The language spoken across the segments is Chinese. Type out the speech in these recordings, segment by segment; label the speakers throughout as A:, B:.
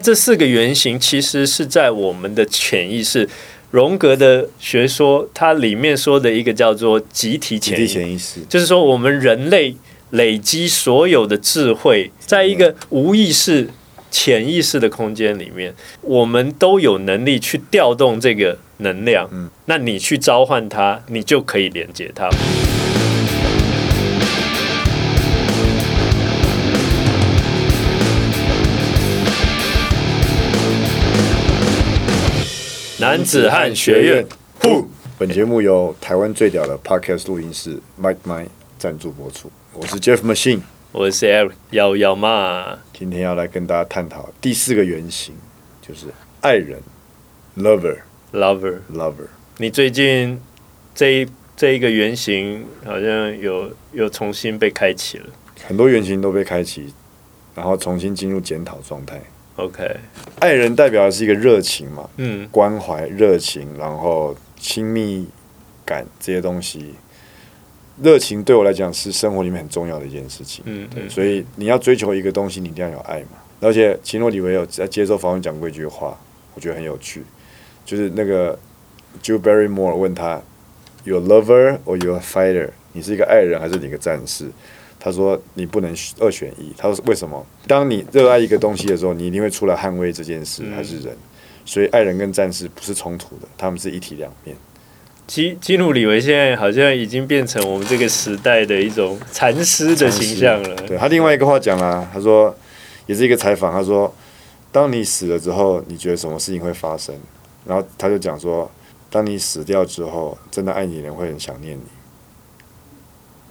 A: 这四个原型其实是在我们的潜意识。荣格的学说，它里面说的一个叫做集体
B: 集
A: 潜
B: 体
A: 意
B: 潜意识，
A: 就是说我们人类累积所有的智慧，在一个无意识、潜意识的空间里面，我们都有能力去调动这个能量。嗯，那你去召唤它，你就可以连接它。男子汉学院，
B: 不。本节目由台湾最屌的 Podcast 录音室 Mike m i 赞助播出，我是 Jeff Machine，
A: 我是 Eric 幺幺嘛，
B: 今天要来跟大家探讨第四个原型，就是爱人 Lover
A: lover。
B: Lover。
A: 你最近这一这一个原型好像有又重新被开启了。
B: 很多原型都被开启，然后重新进入检讨状态。
A: OK，
B: 爱人代表的是一个热情嘛，
A: 嗯
B: 关怀、热情，然后亲密感这些东西。热情对我来讲是生活里面很重要的一件事情，
A: 嗯嗯
B: 所以你要追求一个东西，你一定要有爱嘛。而且奇诺里维有在接受访问讲过一句话，我觉得很有趣，就是那个 Drew Barrymore 问他，You're a lover or you're a fighter？你是一个爱人还是你一个战士？他说你不能二选一。他说为什么？当你热爱一个东西的时候，你一定会出来捍卫这件事
A: 嗯
B: 还是人。所以爱人跟战士不是冲突的，他们是一体两面。
A: 基基努里维现在好像已经变成我们这个时代的一种禅师的形象了。
B: 对他另外一个话讲啦、他说也是一个采访，他说当你死了之后，你觉得什么事情会发生？然后他就讲说，当你死掉之后，真的爱你的人会很想念你。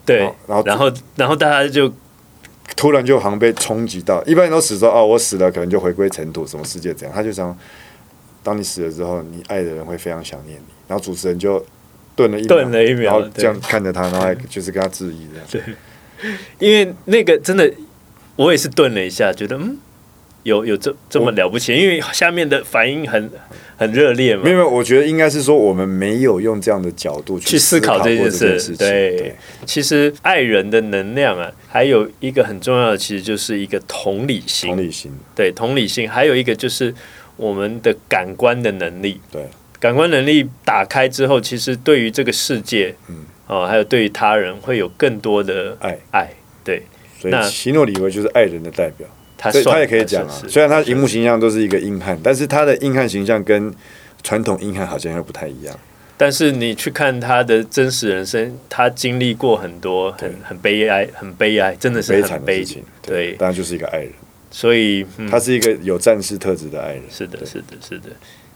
A: 对
B: 然后
A: 然后然后大家就
B: 突然就好像被冲击到，一般人都死说哦，我死了，可能就回归尘土，什么世界怎样？他就想，当你死了之后，你爱的人会非常想念你。然后主持人就顿了一秒
A: 顿了一秒
B: 然后
A: 对
B: 这样看着他，然后还就是跟他质疑这样。
A: 因为那个真的，我也是顿了一下，觉得嗯，有有这这么了不起，因为下面的反应很很热烈嘛
B: 没。有，没有，我觉得应该是说我们没有用这样的角度
A: 去思考
B: 考
A: 这
B: 过
A: 件
B: 件
A: 事
B: 情。
A: 对
B: 对，
A: 其实爱人的能量啊，还有一个很重要的，其实就是一个同理心。
B: 同理心，
A: 对，同理心，还有一个就是我们的感官的能力。
B: 对，
A: 感官能力打开之后，其实对于这个世界，嗯，哦，还有对于他人，会有更多的
B: 爱。
A: 爱。对，
B: 所
A: 那
B: 以奇诺里维就是爱人的代表，
A: 他
B: 所
A: 算
B: 以他也可以讲啊
A: 他。算是
B: 虽然他荧幕形象都是一个硬汉，但是他的硬汉形象跟传统硬汉好像又不太一样。
A: 但是你去看他的真实人生，他经历过很多很
B: 对
A: 很悲哀，很悲哀，真的是
B: 悲
A: 很
B: 惨的
A: 悲
B: 事情，
A: 对，
B: 当然就是一个爱人，
A: 所以、嗯、
B: 他是一个有战士特质的爱人，
A: 是的，
B: 对
A: 是的，是的。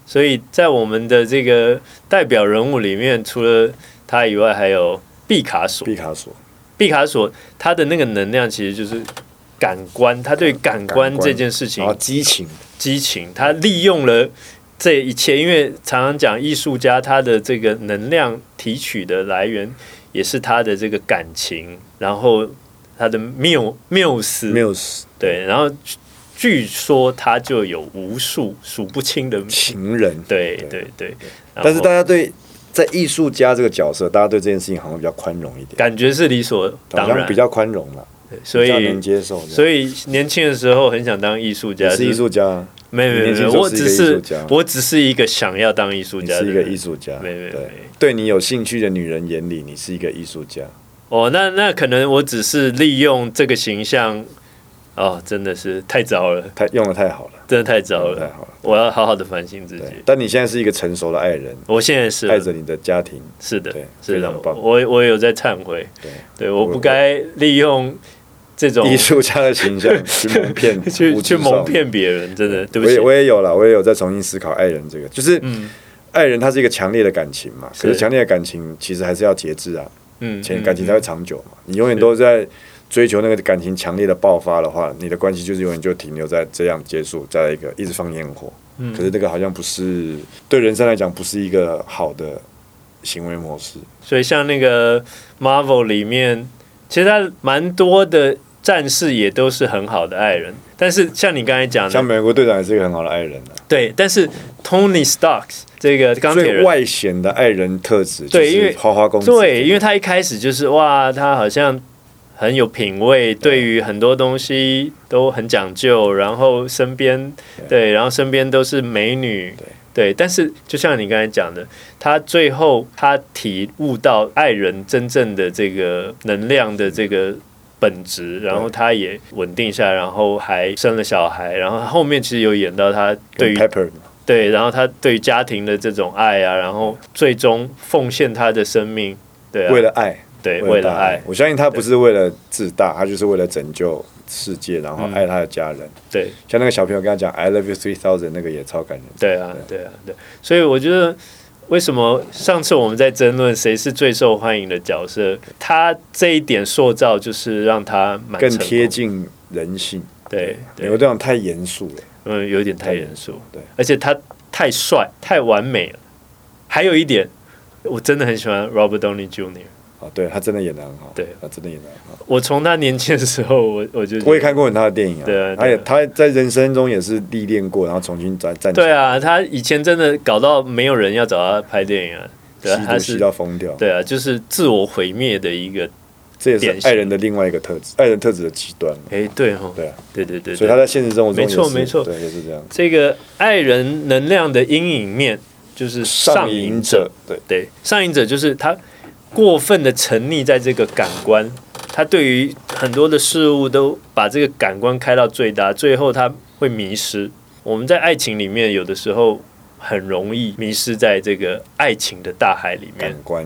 A: 所以在我们的这个代表人物里面，除了他以外，还有毕卡索。
B: 毕卡索，
A: 毕卡索他的那个能量其实就是感官，他对感官
B: 感官
A: 这件事情
B: 然后激情，
A: 激情，他利用了这一切，因为常常讲艺术家他的这个能量提取的来源也是他的这个感情，然后他的缪缪斯
B: 没有死
A: 对，然后据据说他就有无数数不清的
B: 情人，
A: 对
B: 对
A: 对对，然
B: 但是
A: 后
B: 大家对在艺术家这个角色，大家对这件事情好像比较宽容一点，
A: 感觉是理所当
B: 好像
A: 然
B: 比，较宽容了，
A: 对所
B: 比较能
A: 以
B: 接受这样。
A: 所以年轻的时候很想当艺术家，
B: 你是艺
A: 就是，
B: 术家啊，
A: 没有没有
B: 你
A: 没
B: 年轻
A: 有，
B: 时候
A: 我
B: 是一
A: 只
B: 个艺术
A: 是
B: 家
A: 我只是一个想要当艺术
B: 你
A: 家的
B: 是一
A: 人，
B: 个艺术家，
A: 没没
B: 对
A: 没，
B: 对你有兴趣的女人眼里，你是一个艺术家。
A: 哦，那那可能我只是利用这个形象，哦，真的是太糟了，
B: 太用的太好了，
A: 真的太糟
B: 用
A: 了
B: 的太，好了。
A: 我要好好的反省自
B: 对
A: 己，。
B: 但你现在是一个成熟的爱人，
A: 我现在是
B: 爱着你的家庭，
A: 是的
B: 对，
A: 是
B: 非
A: 的，
B: 常棒
A: 我我有在忏悔，
B: 对
A: 对，我
B: 我
A: 不该利用这种
B: 艺术家的 形象去蒙骗，
A: 去
B: 无
A: 去
B: 知
A: 蒙
B: 少女。
A: 骗别人，真的，对不
B: 我
A: 起
B: 也，我也有了，我也有在重新思考爱人这个，就是
A: 嗯
B: 爱人它是一个强烈的感情嘛，可是
A: 是
B: 强烈的感情其实还是要节制啊，
A: 嗯，
B: 前
A: 嗯
B: 感情才会长久嘛。你永远都在追求那个感情强烈的爆发的话，你的关系就是永远就停留在这样结束，在一个一直放烟火。
A: 嗯
B: 可是那个好像不是对人生来讲不是一个好的行为模式。
A: 所以像那个 Marvel 里面，其实他蛮多的战士也都是很好的爱人，但是像你刚才讲
B: 像
A: 的，
B: 美国队长也是一个很好的爱人啊，
A: 对，但是 Tony Stark 这个钢铁
B: 最
A: 人。
B: 外显的爱人特质就
A: 对因为
B: 是花花公子，
A: 对，因为他一开始就是哇，他好像很有品味，对于很多东西都很讲究，然后身边对，然后身边都是美女，对，但是就像你刚才讲的，他最后他体悟到爱人真正的这个能量的这个本质，然后他也稳定下来，然后还生了小孩，然后后面其实有演到他对
B: 跟
A: 于
B: Pepper 嘛
A: 对，然后他对家庭的这种爱啊，然后最终奉献他的生命，对、啊，
B: 为了爱，
A: 对为了
B: 大
A: 爱，
B: 我相信他不是为了自大，他就是为了拯救世界，然后
A: 嗯
B: 爱他的家人。
A: 对
B: 像那个小朋友跟他讲 “I love you three thousand”，那个也超感人。
A: 对啊，对啊，对，所以我觉得。为什么上次我们在争论谁是最受欢迎的角色？他这一点塑造就是让他蛮
B: 更
A: 成功
B: 贴，近人性。
A: 对
B: 美
A: 对
B: 国队长太严肃了，
A: 嗯，有点太严肃，
B: 对，
A: 而且他太帅、太完美了。还有一点，我真的很喜欢 Robert Downey Jr.，
B: 啊，对他真的演得很好，
A: 对
B: 他真的演得很好。
A: 我从他年轻的时候，我我就觉得
B: 我也看过很他的电影
A: 对
B: 啊，
A: 啊
B: 他
A: 对
B: 也
A: 啊
B: 他在人生中也是历练过，然后重新站站起
A: 对
B: 来，
A: 啊，他以前真的搞到没有人要找他拍电影啊，对啊
B: 吸，
A: 他
B: 毒吸
A: 是
B: 到疯掉，
A: 对啊，就是自我毁灭的一个，
B: 这也
A: 典
B: 是
A: 型
B: 爱人的另外一个特质，爱人特质的极端嘛。
A: 哎，对哦，
B: 对啊，
A: 对对对，
B: 所以他在现实生活中
A: 没错
B: 也是
A: 没错
B: 对，也是这样。
A: 这个爱人能量的阴影面就是上
B: 瘾
A: 瘾者，，
B: 对，
A: 对，上瘾者就是他过分的沉溺在这个感官，他对于很多的事物都把这个感官开到最大，最后他会迷失。我们在爱情里面有的时候很容易迷失在这个爱情的大海里面
B: 感，官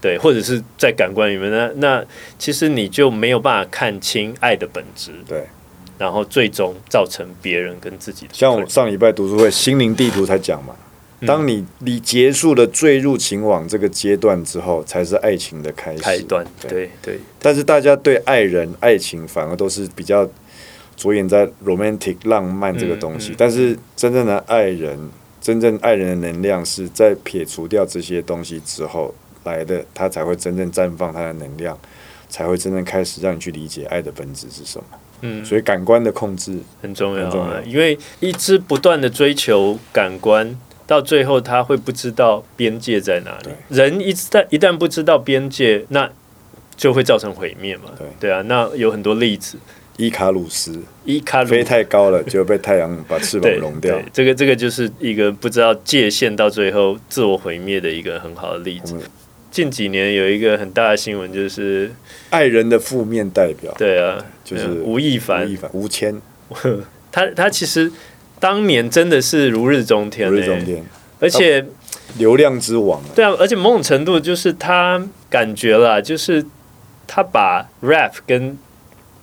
A: 对，或者是在感官里面，那那其实你就没有办法看清爱的本质，
B: 对。
A: 然后最终造成别人跟自己的
B: 像
A: 困
B: 我
A: 扰
B: 上礼拜读书会心灵地图才讲嘛，
A: 嗯
B: 当你你结束了坠入情网这个阶段之后，才是爱情的开始。
A: 开端，
B: 对
A: 对对
B: 但是大家对爱人、爱情反而都是比较着眼在 romantic 浪漫这个东西，
A: 嗯嗯
B: 但是真正的爱人、真正爱人的能量是在撇除掉这些东西之后来的，它才会真正绽放它的能量，才会真正开始让你去理解爱的本质是什么。
A: 嗯
B: 所以感官的控制，
A: 很重要
B: 很重要
A: 啊，因为一直不断的追求感官，到最后他会不知道边界在哪里
B: 对。
A: 人一旦一旦不知道边界，那就会造成毁灭嘛。
B: 对
A: 啊，那有很多例子，
B: 伊卡鲁斯
A: 伊卡鲁
B: 飞太高了，就被太阳把翅
A: 嗯
B: 膀
A: 对
B: 融掉
A: 对。，这个这个就是一个不知道界限到最后自我毁灭的一个很好的例
B: 我
A: 子
B: 们。
A: 近几年有一个很大的新闻，就是
B: 爱人的负面代表
A: 对啊，
B: 就是
A: 嗯吴亦凡
B: 吴亦，凡、吴谦、
A: 他他其实当年真的是如日中天、
B: 吴
A: 欸，
B: 日中天，
A: 而且
B: 流量之王啊，
A: 对啊，而且某种程度就是他感觉啦，就是他把 rap 跟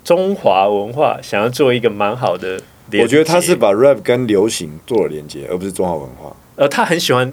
A: 中华文化想要做一个蛮好的连接。
B: 我觉得他是把 rap 跟流行做了连接，而不是中华文化。
A: 呃，他很喜欢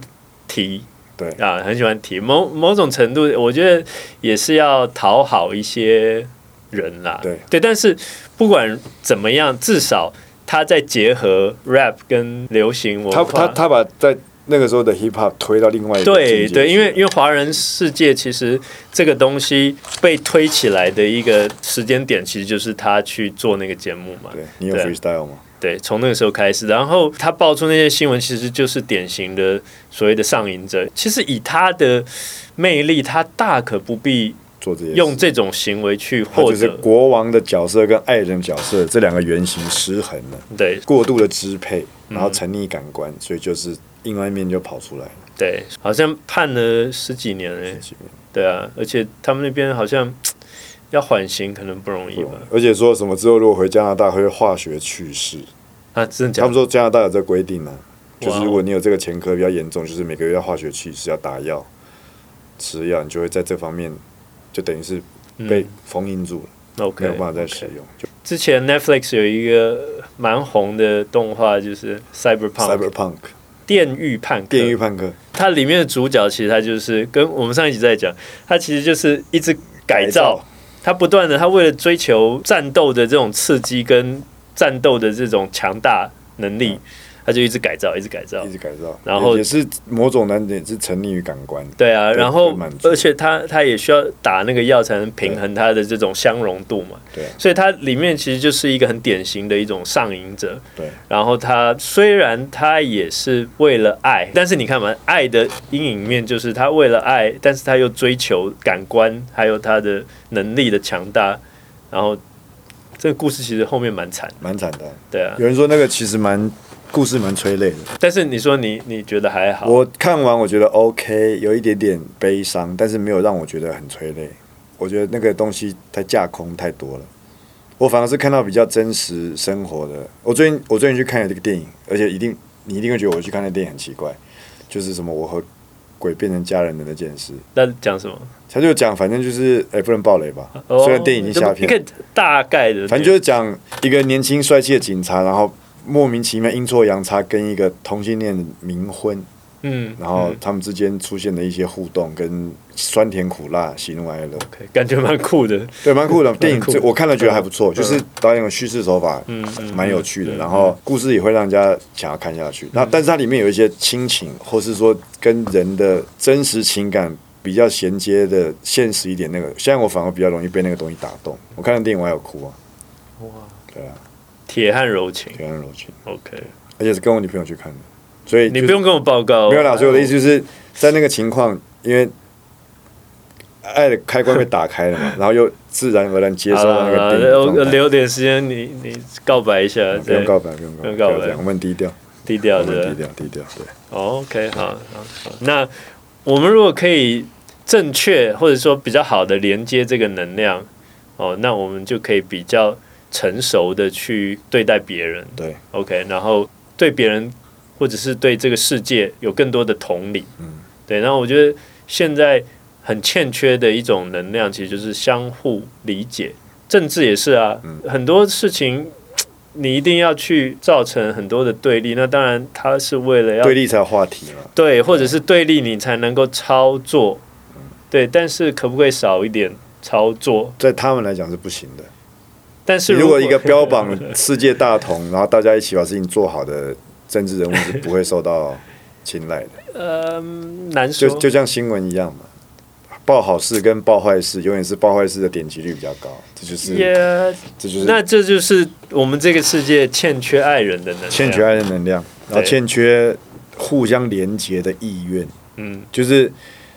A: 提
B: 对，
A: 啊，很喜欢提。某某种程度，我觉得也是要讨好一些人啦。
B: 对
A: 但是不管怎么样，至少他在结合 rap 跟流行文
B: 他
A: 化。
B: 他他把在那个时候的 hip hop 推到另外一个境界
A: 对
B: 去
A: 对，因为因为华人世界其实这个东西被推起来的一个时间点，其实就是他去做那个节目嘛。
B: 对你有
A: 对
B: freestyle 吗？
A: 对，从那个时候开始，然后他爆出那些新闻，其实就是典型的所谓的上瘾者。其实以他的魅力，他大可不必
B: 做这些事
A: 用这种行为去
B: 他
A: 获
B: 就是
A: 得
B: 国王的角色跟爱人角色这两个原型失衡了，
A: 对
B: 过度的支配，
A: 嗯
B: 然后沉溺感官，所以就是另外一面就跑出来了。
A: 对，好像判了十几年嘞、
B: 这几面
A: 对啊，而且他们那边好像要缓刑，可能不容易
B: 不容
A: 吧
B: 易？而且说什么之后如果回加拿大会化学去世，
A: 啊，真的假的？
B: 他们说加拿大有这个规定呢、就
A: 哇
B: 是
A: 哦
B: 如果你有这个前科比较严重，就是每个月要化学去世，要打药、吃药，你就会在这方面就等于是被封印住了，
A: 嗯 OK，
B: 没有办法再使用。就
A: 之前 Netflix 有一个蛮红的动画，就是《Cyberpunk》
B: Cyberpunk
A: 电狱判
B: 电狱
A: 客。
B: 判客
A: 它里面的主角其实他就是跟我们上一集在讲，他其实就是一直改
B: 改
A: 造
B: 造，
A: 他不断的他为了追求战斗的这种刺激跟战斗的这种强大能力，他就一直改造，一直改造
B: 一。直改造，
A: 然后
B: 也也是某种难点是沉溺于感官，
A: 对啊，
B: 对
A: 然后
B: 对满足
A: 而且他他也需要打那个药才能平衡他的这种相容度嘛，
B: 对啊
A: 所以它里面其实就是一个很典型的一种上瘾者，
B: 对，
A: 然后他虽然他也是为了爱，但是你看嘛，爱的阴影面就是他为了爱，但是他又追求感官，还有他的能力的强大，然后这个故事其实后面蛮惨，
B: 蛮惨的。
A: 对啊。
B: 有人说那个其实蛮故事蛮催泪的，
A: 但是你说你你觉得还好，
B: 我看完我觉得 OK，有一点点悲伤，但是没有让我觉得很催泪。我觉得那个东西太架空太多了，我反而是看到比较真实生活的。我最近我最近去看了这个电影，而且一定你一定会觉得我去看那电影很奇怪，就是什么我和鬼变成家人的那件事，
A: 那讲什么？
B: 他就讲反正就是哎、不能暴雷吧，
A: 哦
B: 虽然电影已经下
A: 一
B: 片了，
A: 个大概的，
B: 反正就是讲一个年轻帅气的警察，然后莫名其妙阴错阳差跟一个同性恋冥婚。
A: 嗯，
B: 然后
A: 嗯
B: 他们之间出现的一些互动，跟酸甜苦辣、喜怒哀乐，
A: OK，感觉蛮酷的，
B: 对，蛮酷的。电影
A: 酷
B: 这我看了觉得还不错，
A: 嗯
B: 就是导演的叙事手法
A: 嗯嗯
B: 蛮有趣的，
A: 嗯
B: 然后故事也会让人家想要看下去。那但是它里面有一些亲情，或是说跟人的真实情感。比较衔接的现实一点，那个现在我反而比较容易被那个东西打动。我看了电影我还有哭啊，
A: 哇，
B: 对啊，
A: 铁汉柔情
B: 非常柔情，
A: ，OK，
B: 而且是跟我女朋友去看的，所以
A: 你
B: 就是
A: 不用跟我报告，哦
B: 没有啦，所以我的意思就是在那个情况，因为爱的开关被打开了 嘛，然后又自然而然接
A: 好
B: 受
A: 了
B: 到那
A: 好
B: 个
A: 了
B: 电影
A: 留
B: 的状态
A: 留点时间，你你告白一下，
B: 不用
A: 对，
B: 告白，不用
A: 不用
B: 告
A: 告
B: 白，
A: 白
B: 不要这样我们低调，
A: 低调
B: 我们
A: 的
B: 低调，低调，对，
A: 哦，OK，好，好，好那我们如果可以正确或者说比较好的连接这个能量，哦，那我们就可以比较成熟的去对待别人，
B: 对
A: ，OK，然后对别人或者是对这个世界有更多的同理，
B: 嗯，
A: 对，那我觉得现在很欠缺的一种能量，其实就是相互理解，政治也是啊，
B: 嗯
A: 很多事情。你一定要去造成很多的对立，那当然它是为了要
B: 对立才有话题嘛，
A: 对，或者是对立你才能够操作，对，但是可不可以少一点操作？
B: 在他们来讲是不行的。
A: 但是
B: 你
A: 如
B: 如果一个标榜世界大同，然后大家一起把事情做好的政治人物是不会受到青睐 的，
A: 呃难
B: 就
A: 说，
B: 就像新闻一样嘛。报好事跟报坏事，永远是报坏事的点击率比较高，这就是
A: 也、
B: 这就是
A: 那这就是我们这个世界欠缺爱人的能量，
B: 欠缺爱的能量，然后
A: 对
B: 欠缺互相连接的意愿，
A: 嗯
B: 就是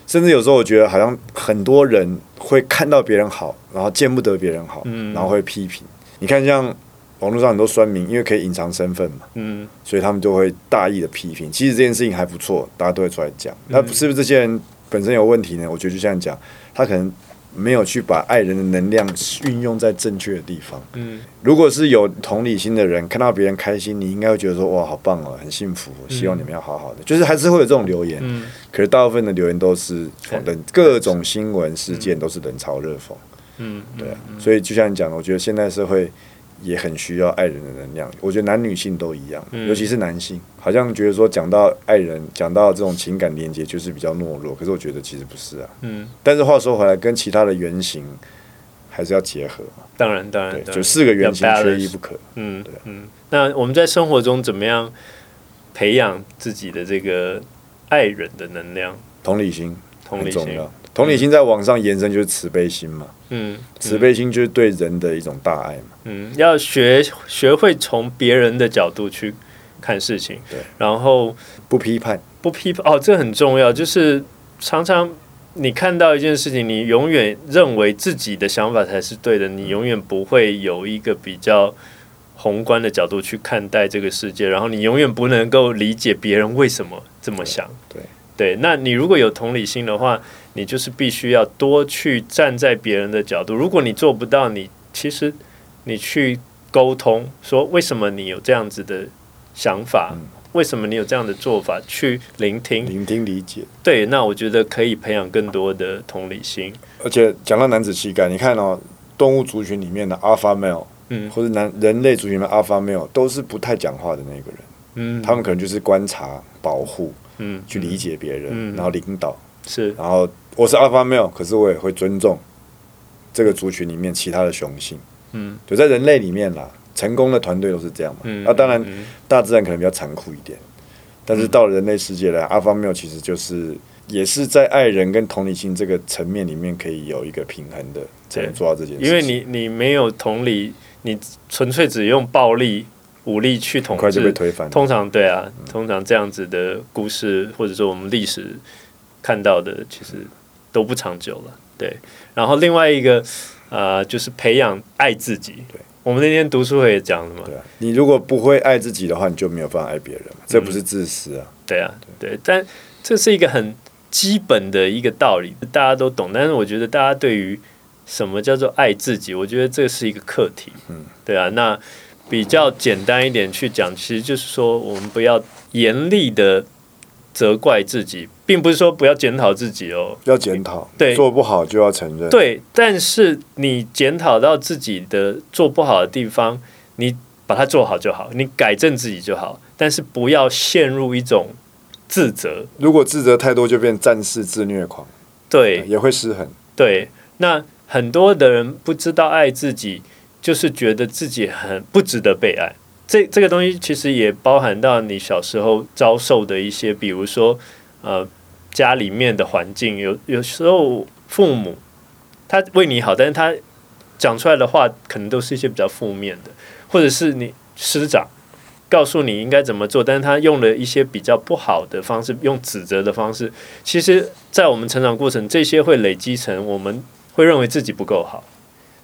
B: 甚至有时候我觉得好像很多人会看到别人好，然后见不得别人好，
A: 嗯
B: 然后会批评。你看像网络上很多酸民，因为可以隐藏身份嘛，
A: 嗯
B: 所以他们就会大意的批评。其实这件事情还不错，大家都会出来讲。那
A: 嗯
B: 是不是这些人本身有问题呢？我觉得就像讲，他可能没有去把爱人的能量运用在正确的地方。
A: 嗯
B: 如果是有同理心的人，看到别人开心，你应该会觉得说哇，好棒哦，很幸福，希望你们要好好的。就是还是会有这种留言，
A: 嗯，
B: 可是大部分的留言都是否认，各种新闻事件都是冷嘲热讽，
A: 嗯，
B: 对啊。所以就像你讲的，我觉得现代社会也很需要爱人的能量。我觉得男女性都一样，
A: 嗯
B: 尤其是男性，好像觉得说讲到爱人，讲到这种情感连接，就是比较懦弱。可是我觉得其实不是啊。
A: 嗯，
B: 但是话说回来，跟其他的原型还是要结合嘛，
A: 当然当然，
B: 对，
A: 当然
B: 就四个原型
A: 嗯要 balance
B: 缺一不可。
A: 嗯
B: 对啊
A: 嗯，那我们在生活中怎么样培养自己的这个爱人的能量？
B: 同理心
A: 同
B: 很
A: 理
B: 重
A: 心
B: 要，。同理心在网上延伸就是慈悲心嘛，
A: 嗯，
B: 慈悲心就是对人的一种大爱嘛。
A: 嗯，要学学会从别人的角度去看事情，
B: 对，
A: 然后
B: 不批判，
A: 不批判哦，这很重要。就是常常你看到一件事情，你永远认为自己的想法才是对的，你永远不会有一个比较宏观的角度去看待这个世界，然后你永远不能够理解别人为什么这么想。
B: 对
A: 对，那你如果有同理心的话，你就是必须要多去站在别人的角度。如果你做不到，你其实你去沟通，说为什么你有这样子的想法，
B: 嗯
A: 为什么你有这样的做法，去聆听。
B: 聆听理解。
A: 对，那我觉得可以培养更多的同理心。
B: 而且讲到男子气概，你看哦，动物族群里面的 alpha male，
A: 嗯
B: 或者男人类族群的 alpha male 都是不太讲话的那个人，
A: 嗯，
B: 他们可能就是观察、保护、
A: 嗯
B: 去理解别人，
A: 嗯
B: 然后领导。
A: 是
B: 然后我是 alpha male，可是我也会尊重这个族群里面其他的雄性。
A: 嗯，
B: 就在人类里面啦，成功的团队都是这样嘛。
A: 嗯
B: 那、当然
A: 嗯嗯，
B: 大自然可能比较残酷一点，但是到了人类世界来，alpha
A: 嗯
B: male 其实就是也是在爱人跟同理心这个层面里面可以有一个平衡的，才能做到这件事情。
A: 因为你你没有同理，你纯粹只用暴力、武力去统
B: 很快就被
A: 治，
B: 推翻了。
A: 通常对啊，通常这样子的故事，或者说我们历史看到的，其实都不长久了。对，然后另外一个，呃，就是培养爱自己。
B: 对，
A: 我们那天读书会也讲了嘛，
B: 对啊，你如果不会爱自己的话，你就没有办法爱别人嘛，这
A: 嗯
B: 不是自私啊。
A: 对啊，对，但这是一个很基本的一个道理，大家都懂。但是我觉得大家对于什么叫做爱自己，我觉得这是一个课题。
B: 嗯，
A: 对啊。那比较简单一点去讲，其实就是说，我们不要严厉的责怪自己，并不是说不要检讨自己哦。
B: 要检讨，
A: 对
B: 做不好就要承认，，
A: 对，但是你检讨到自己的做不好的地方，你把它做好就好，你改正自己就好，但是不要陷入一种自责。
B: 如果自责太多，就变战士自虐狂，
A: 对，
B: 也会失衡。
A: 对，那很多的人不知道爱自己，就是觉得自己很不值得被爱。这这个东西其实也包含到你小时候遭受的一些，比如说呃家里面的环境，有有时候父母他为你好，但是他讲出来的话可能都是一些比较负面的，或者是你师长。告诉你应该怎么做，但是他用了一些比较不好的方式，用指责的方式，其实，在我们成长过程，这些会累积成我们会认为自己不够好。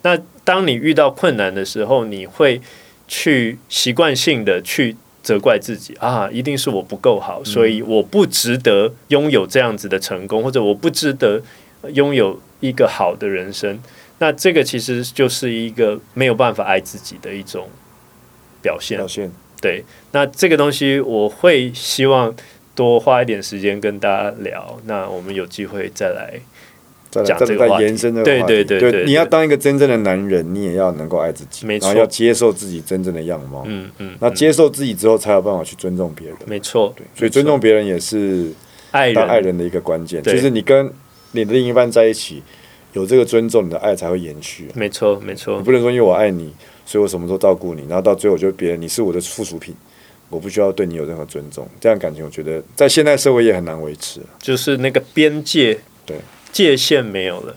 A: 那当你遇到困难的时候，你会去习惯性的去责怪自己啊，一定是我不够好，所以我不值得拥有这样子的成功，或者我不值得拥有一个好的人生。那这个其实就是一个没有办法爱自己的一种表现
B: 表。现
A: 对，那这个东西我会希望多花一点时间跟大家聊。那我们有机会再来。
B: 再来
A: 讲
B: 再
A: 这个话
B: 再
A: 题
B: 延伸这个
A: 对
B: 话题
A: 对对对
B: 对，
A: 对
B: 你要当一个真正的男人，你也要能够爱自己，
A: 没错
B: 然后要接受自己真正的样貌。
A: 嗯嗯，
B: 那
A: 嗯
B: 接受自己之后，才有办法去尊重别人。
A: 没错，
B: 对，所以尊重别人也是
A: 爱
B: 当
A: 人，
B: 爱人的一个关键。
A: 对
B: 就是你跟你的另一半在一起，有这个尊重，你的爱才会延续啊、
A: 没错没错
B: 你，不能说因为我爱你，所以我什么都照顾你，然后到最后我就别人你是我的附属品，我不需要对你有任何尊重。这样感情，我觉得在现代社会也很难维持啊。
A: 就是那个边界，
B: 对，
A: 界限没有了，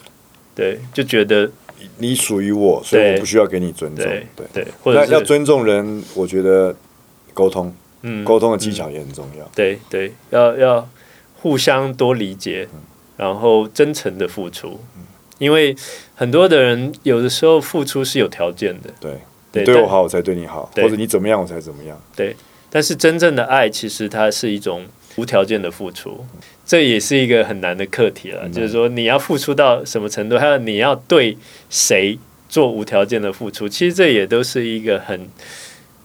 A: 对，就觉得
B: 你属于我，所以
A: 对
B: 我不需要给你尊重。
A: 对
B: 对，
A: 对，或
B: 那
A: 者
B: 要
A: 是
B: 尊重人，我觉得沟通
A: 嗯
B: 沟通的技巧也很重要。
A: 对对，要要互相多理解，
B: 嗯
A: 然后真诚的付出，因为很多的人有的时候付出是有条件的，
B: 对，
A: 对
B: 你对
A: 但
B: 我好，我才对你好，
A: 对
B: 或者你怎么样，我才怎么样。
A: 但是真正的爱，其实它是一种无条件的付出，这也是一个很难的课题
B: 嗯
A: 了。就是说，你要付出到什么程度，还有你要对谁做无条件的付出，其实这也都是一个很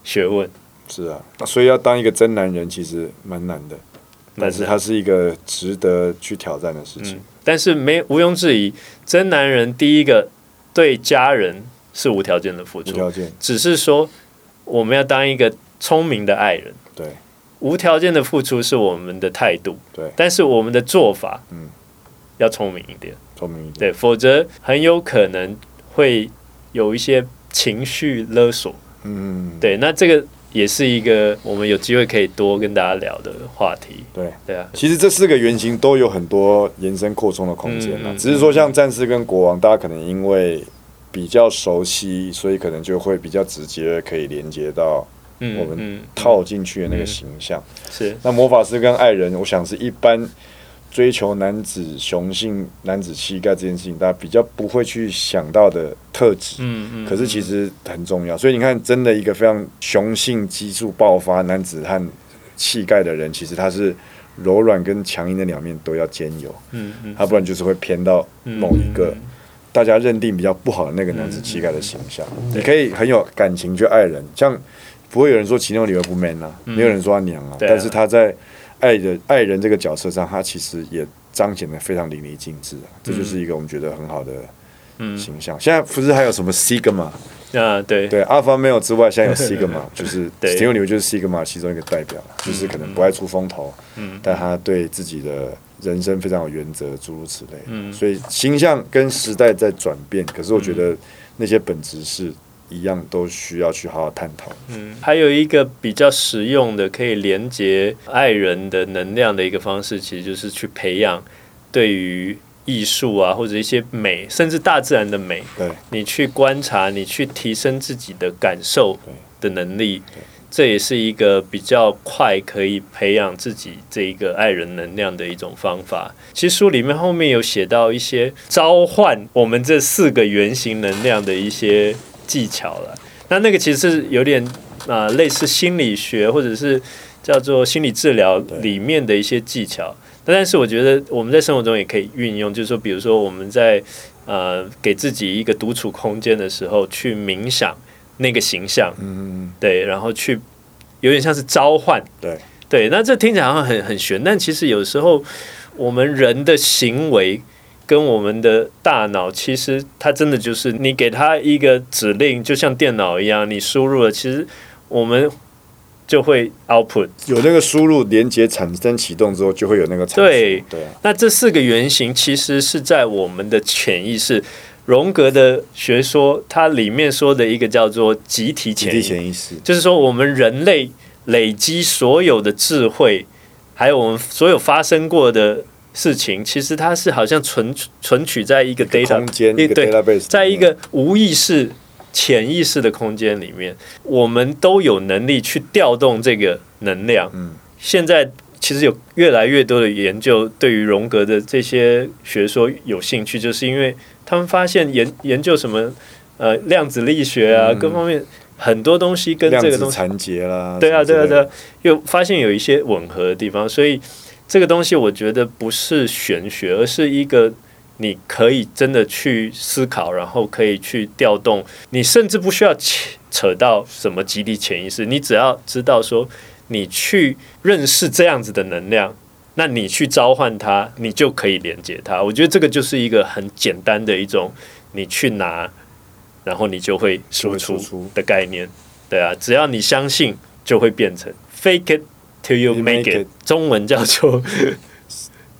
A: 学问。
B: 是啊，那所以要当一个真男人其实蛮难的，但是
A: 蛮难
B: 它是一个值得去挑战的事情
A: 嗯。，但是没毋庸置疑，真男人第一个对家人是无条件的付
B: 无
A: 出，
B: 条件，
A: 只是说我们要当一个聪明的爱人。
B: 对
A: 无条件的付出是我们的态度，
B: 对，
A: 但是我们的做法，
B: 嗯
A: 要聪明一点。
B: 聪明一点。
A: 对，否则很有可能会有一些情绪勒索。
B: 嗯，
A: 对，那这个也是一个我们有机会可以多跟大家聊的话题。
B: 对。
A: 对啊，
B: 其实这四个原型都有很多延伸扩充的空间
A: 嗯
B: 啦
A: 嗯，
B: 只是说像战士跟国王，大家可能因为比较熟悉，所以可能就会比较直接可以连接到
A: 嗯，
B: 我们
A: 嗯
B: 套进去的那个形象。
A: 是
B: 那魔法师跟爱人，我想是一般追求男子雄性、男子气概这件事情，大家比较不会去想到的特质。
A: 嗯嗯，
B: 可是其实很重要，所以你看，真的一个非常雄性激素爆发、男子汉气概的人，其实他是柔软跟强硬的两面都要兼有，
A: 嗯嗯
B: 他不然就是会偏到
A: 嗯
B: 某一个
A: 嗯
B: 大家认定比较不好的那个男子气概的形象。
A: 嗯
B: 你可以很有感情去爱人，像不会有人说奇诺里维不 man 啊，没有人说他娘啊，
A: 嗯对啊
B: 但是他在爱人爱人这个角色上，他其实也彰显的非常淋漓尽致啊，这就是一个我们觉得很好的
A: 嗯
B: 形象。现在不是还有什么 sigma？
A: 啊，对
B: 对，Alpha Male 之外，现在有 Sigma，就是
A: 对
B: Steve 牛就是 Sigma 其中一个代表，就是可能不爱出风头，
A: 嗯
B: 但他对自己的人生非常有原则，诸如此类。
A: 嗯
B: 所以形象跟时代在转变，可是我觉得那些本质是一样，都需要去好好探讨。
A: 嗯，还有一个比较实用的可以连接爱人的能量的一个方式，其实就是去培养对于艺术啊，或者一些美，甚至大自然的美，
B: 对，
A: 你去观察，你去提升自己的感受的能力，这也是一个比较快可以培养自己这一个爱人能量的一种方法。其实书里面后面有写到一些召唤我们这四个原型能量的一些技巧了。那那个其实是有点啊、呃类似心理学或者是叫做心理治疗里面的一些技巧。但是我觉得我们在生活中也可以运用，就是说，比如说我们在呃给自己一个独处空间的时候，去冥想那个形象，
B: 嗯，
A: 对，然后去有点像是召唤，
B: 对
A: 对，那这听起来好像很很玄，但其实有时候我们人的行为跟我们的大脑，其实它真的就是你给它一个指令，就像电脑一样，你输入了，其实我们就会 output。
B: 有那个输入连接产生启动之后，就会有那个产生
A: 对
B: 对啊，
A: 那这四个原型其实是在我们的潜意识。荣格的学说，它里面说的一个叫做集体
B: 集
A: 潜
B: 体
A: 意识。
B: 潜意识，
A: 就是说我们人类累积所有的智慧，还有我们所有发生过的事情，其实它是好像存存取在一个 data
B: 空间一个
A: 对
B: database，
A: 在一个无意识、潜意识的空间里面，我们都有能力去调动这个能量。
B: 嗯，
A: 现在其实有越来越多的研究对于荣格的这些学说有兴趣，就是因为他们发现研研究什么呃量子力学啊，
B: 嗯
A: 各方面很多东西跟
B: 量
A: 这个
B: 子
A: 东西，
B: 缠结啦，
A: 对啊，
B: 什
A: 对啊，
B: 么之
A: 对
B: 类的
A: 啊，又发现有一些吻合的地方，所以这个东西我觉得不是玄学，而是一个。你可以真的去思考，然后可以去调动，你甚至不需要扯扯到什么集体潜意识，你只要知道说你去认识这样子的能量，那你去召唤它，你就可以连接它。我觉得这个就是一个很简单的一种，你去拿，然后你就会输
B: 就
A: 出
B: 会输出
A: 的概念。对啊，只要你相信，就会变成 fake it till you
B: You
A: make
B: make
A: it。中文叫做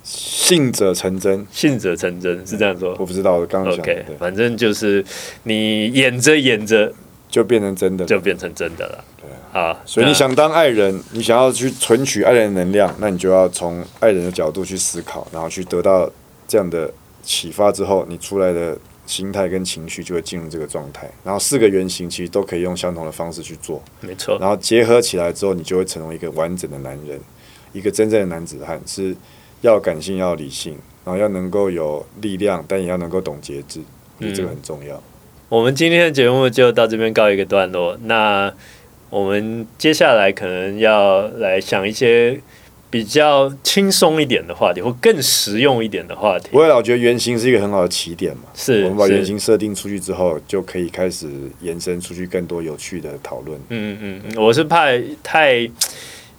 B: 信者成真，
A: 信者成真，是这样说
B: 我。不知道，我刚刚讲的
A: OK，
B: 对，
A: 反正就是你演着演着
B: 就变成真的了，
A: 就变成真的了。啊，
B: 所以
A: 那
B: 你想当爱人，你想要去存取爱人的能量，那你就要从爱人的角度去思考，然后去得到这样的启发之后，你出来的心态跟情绪就会进入这个状态。然后四个原型其实都可以用相同的方式去做，
A: 没错，
B: 然后结合起来之后，你就会成为一个完整的男人，一个真正的男子汉，是要感性，要理性，然后要能够有力量，但也要能够懂节制，我觉得这
A: 嗯
B: 个很重要。
A: 我们今天的节目就到这边告一个段落。那我们接下来可能要来想一些比较轻松一点的话题，或更实用一点的话题
B: 不。会啦，我觉得原型是一个很好的起点嘛。
A: 是
B: 我们把
A: 是
B: 原型设定出去之后，就可以开始延伸出去更多有趣的讨论。
A: 嗯嗯嗯，我是怕太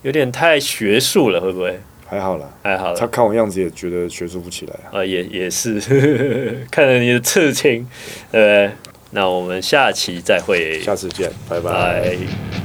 A: 有点太学术了，会不会？
B: 还好啦，
A: 还好
B: 他
A: 了，
B: 看我样子也觉得学术不起来啊。
A: 呃，也也是， 看着你的刺青，对不对？那我们下期再会，
B: 下次见，拜拜。
A: 拜。